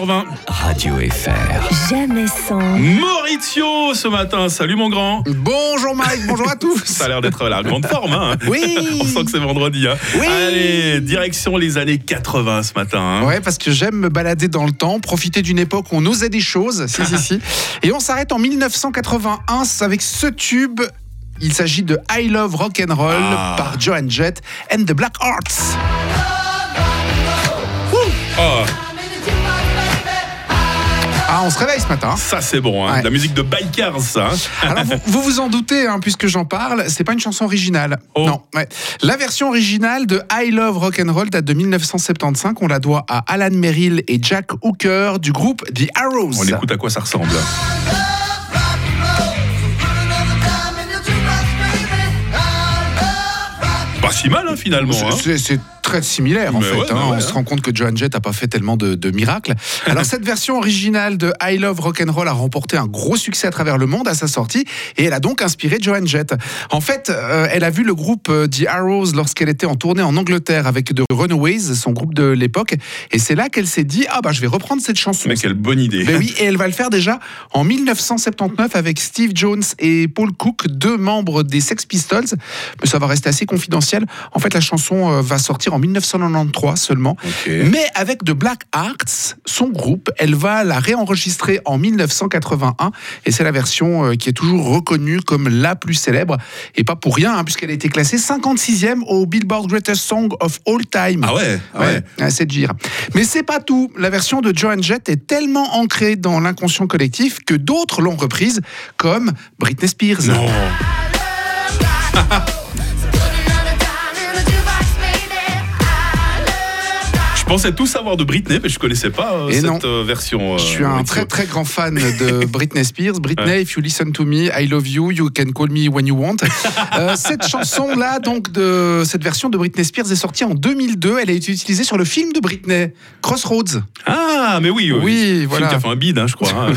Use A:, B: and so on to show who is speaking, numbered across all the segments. A: 20
B: Radio FR.
C: Jamais sans.
A: Maurizio ce matin, salut mon grand
D: Bonjour Mike, bonjour à tous.
A: Ça a l'air d'être la grande forme, hein
D: Oui.
A: On sent que c'est vendredi, hein
D: Oui.
A: Allez, direction les années 80 ce matin, hein.
D: Ouais, parce que j'aime me balader dans le temps, profiter d'une époque où on osait des choses. Si, si, si. Et on s'arrête en 1981 avec ce tube. Il s'agit de I Love Rock'n'Roll
A: Ah.
D: par Joan Jett and the Black Hearts.
A: Oh,
D: Ah, on se réveille ce matin.
A: ça c'est bon, hein.
D: Ouais.
A: De la musique de Bikers, ça hein.
D: Alors, vous vous, vous en doutez, hein, puisque j'en parle, c'est pas une chanson originale.
A: Oh.
D: Non. ouais. La version originale de I Love Rock'n'Roll date de 1975. On la doit à Alan Merrill et Jack Hooker du groupe The Arrows.
A: On écoute à quoi ça ressemble. Pas si mal, hein, finalement hein.
D: C'est- C'est très similaire en
A: Mais
D: fait.
A: ouais,
D: hein.
A: bah ouais,
D: on se rend compte que Joan Jett n'a pas fait tellement de, de miracles. Alors cette version originale de I Love Rock'n'Roll a remporté un gros succès à travers le monde à sa sortie et elle a donc inspiré Joan Jett. En fait, euh, elle a vu le groupe euh, The Arrows lorsqu'elle était en tournée en Angleterre avec The Runaways, son groupe de l'époque, et c'est là qu'elle s'est dit ah bah je vais reprendre cette chanson.
A: Mais quelle bonne idée
D: Ben oui, et elle va le faire déjà en 1979 avec Steve Jones et Paul Cook, deux membres des Sex Pistols. Mais ça va rester assez confidentiel. En fait, la chanson euh, va sortir en 1993 seulement.
A: Ok.
D: Mais avec The Black Hearts, son groupe, elle va la réenregistrer en 1981. Et c'est la version euh, qui est toujours reconnue comme la plus célèbre. Et pas pour rien, hein, puisqu'elle a été classée 56e au Billboard Greatest Song of All Time.
A: Ah ouais, ah ouais.
D: Ouais, ouais, c'est de dire. Mais c'est pas tout. La version de Joan Jett est tellement ancrée dans l'inconscient collectif que d'autres l'ont reprise, comme Britney Spears.
A: Non. Je pensais tout savoir de Britney, mais je connaissais pas euh,
D: Et non.
A: cette euh, version. euh,
D: Je suis un
A: Maurizio.
D: très très grand fan de Britney Spears. Britney, if you listen to me, I love you, you can call me when you want. Euh, cette chanson là, donc de cette version de Britney Spears est sortie en 2002. Elle a été utilisée sur le film de Britney, Crossroads.
A: Ah, mais oui, oui.
D: Oui,
A: Film
D: voilà.
A: qui a fait un bide, hein, je crois. hein.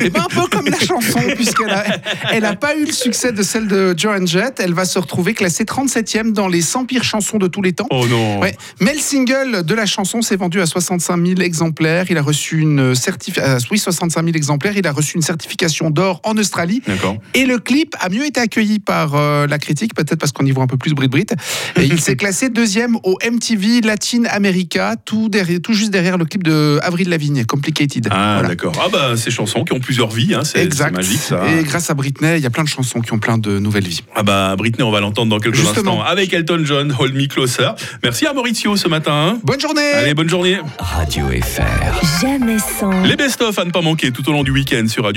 D: Et ben un peu comme la chanson, puisqu'elle n'a elle a pas eu le succès de celle de Joan Jett. Elle va se retrouver classée 37e dans les 100 pires chansons de tous les temps.
A: oh non.
D: Ouais. Mais le single de la chanson s'est vendu à 65 000 exemplaires. Il a reçu une certifi- euh, oui, 65 000 exemplaires. Il a reçu une certification d'or en Australie.
A: D'accord.
D: Et le clip a mieux été accueilli par euh, la critique, peut-être parce qu'on y voit un peu plus Brit Brit. Et il s'est classé deuxième au MTV Latin America, tout, derrière, tout juste derrière le clip de Avril Lavigne, Complicated.
A: Ah,
D: Voilà.
A: d'accord. Ah, bah, ces chansons qui ont plusieurs vies, hein, c'est c'est
D: Exact.
A: magique, ça.
D: Et grâce à Britney, il y a plein de chansons qui ont plein de nouvelles vies.
A: Ah, bah, Britney, on va l'entendre dans quelques
D: Justement.
A: instants avec Elton John, Hold Me Closer. Merci à Maurizio ce matin. hein.
D: Bonne journée
A: Allez, bonne journée.
B: Radio FR.
C: Jamais sans.
A: Les best-of à ne pas manquer tout au long du week-end sur Radio.